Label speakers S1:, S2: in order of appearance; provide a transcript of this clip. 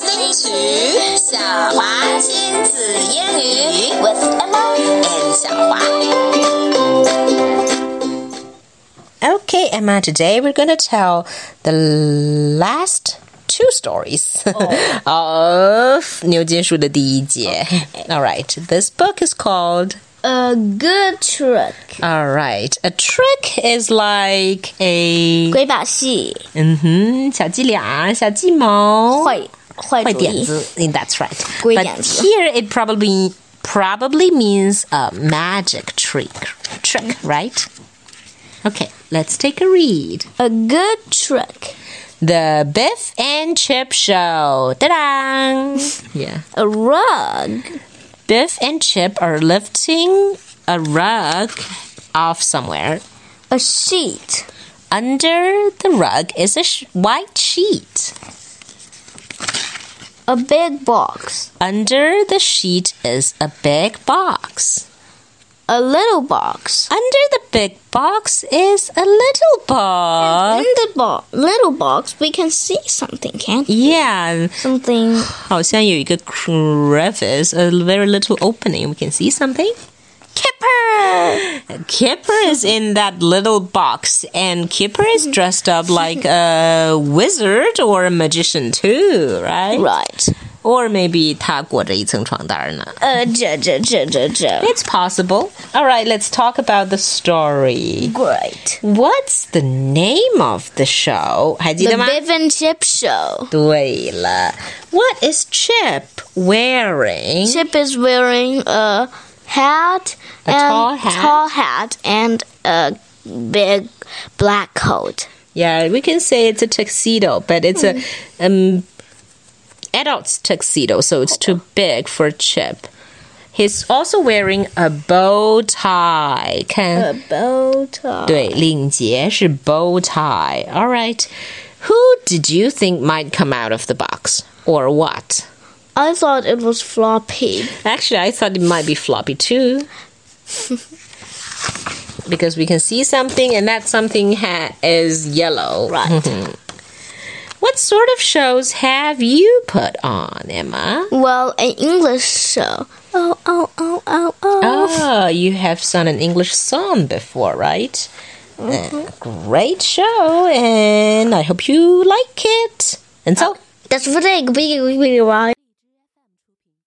S1: 曲《小华亲子英语》with Emma and 小华。
S2: Okay, Emma, today we're going to tell the last two stories
S1: Oh.
S2: of 牛津树的第一节. All right, this book is called
S3: A good trick，
S2: All right, a trick is like a mm-hmm,
S3: 鬼把戏，
S2: 嗯哼，小伎俩、小计谋、
S3: 坏坏主
S2: 坏
S3: 意。
S2: 点子, That's right.
S3: 鬼点子。
S2: But here it probably probably means a magic trick trick, right? Okay, let's take a read.
S3: A good trick,
S2: The Biff and Chip Show. Ta-da! Yeah.
S3: a rug,
S2: Biff and Chip are lifting a rug off somewhere.
S3: a sheet,
S2: Under the rug is a sh- white sheet.
S3: a big box,
S2: Under the sheet is a big box.
S3: a little box,
S2: Under the big box is a little
S3: In
S2: box.
S3: the bo little box, we can see something, can't we?
S2: Yeah,
S3: Something.
S2: 好像有一个 crevice, a very little opening. We can see something.
S3: Kipper!
S2: Kipper is in that little box, and Kipper is dressed up like a wizard or a magician too, right?
S3: Right.
S2: Or maybe 他裹着一层床单呢.
S3: Uh, j j j j j.
S2: It's possible. All right, let's talk about the story.
S3: Great.
S2: What's the name of the show?
S3: The
S2: 还记得吗？
S3: Biff and Chip show.
S2: 对了，What is Chip wearing?
S3: Chip is wearing a hat,
S2: A
S3: and
S2: tall hat.
S3: tall hat, and a big black coat.
S2: Yeah, we can say it's a tuxedo, but it's a um adult's tuxedo, so it's too big for Chip. He's also wearing a bow tie.
S3: A
S2: 看，
S3: bow tie.
S2: 对，领结是 bow tie. All right. Who did you think might come out of the box or what?
S3: I thought it was floppy.
S2: Actually, I thought it might be floppy too. because we can see something, and that something ha- is yellow.
S3: Right.
S2: Mhm. what sort of shows have you put on, Emma?
S3: Well, an English show. Oh, oh, oh, oh, oh.
S2: Oh, you have sung an English song before, right? Uh, great show, and I hope you like it. And so.
S3: That's really big, big, big, right?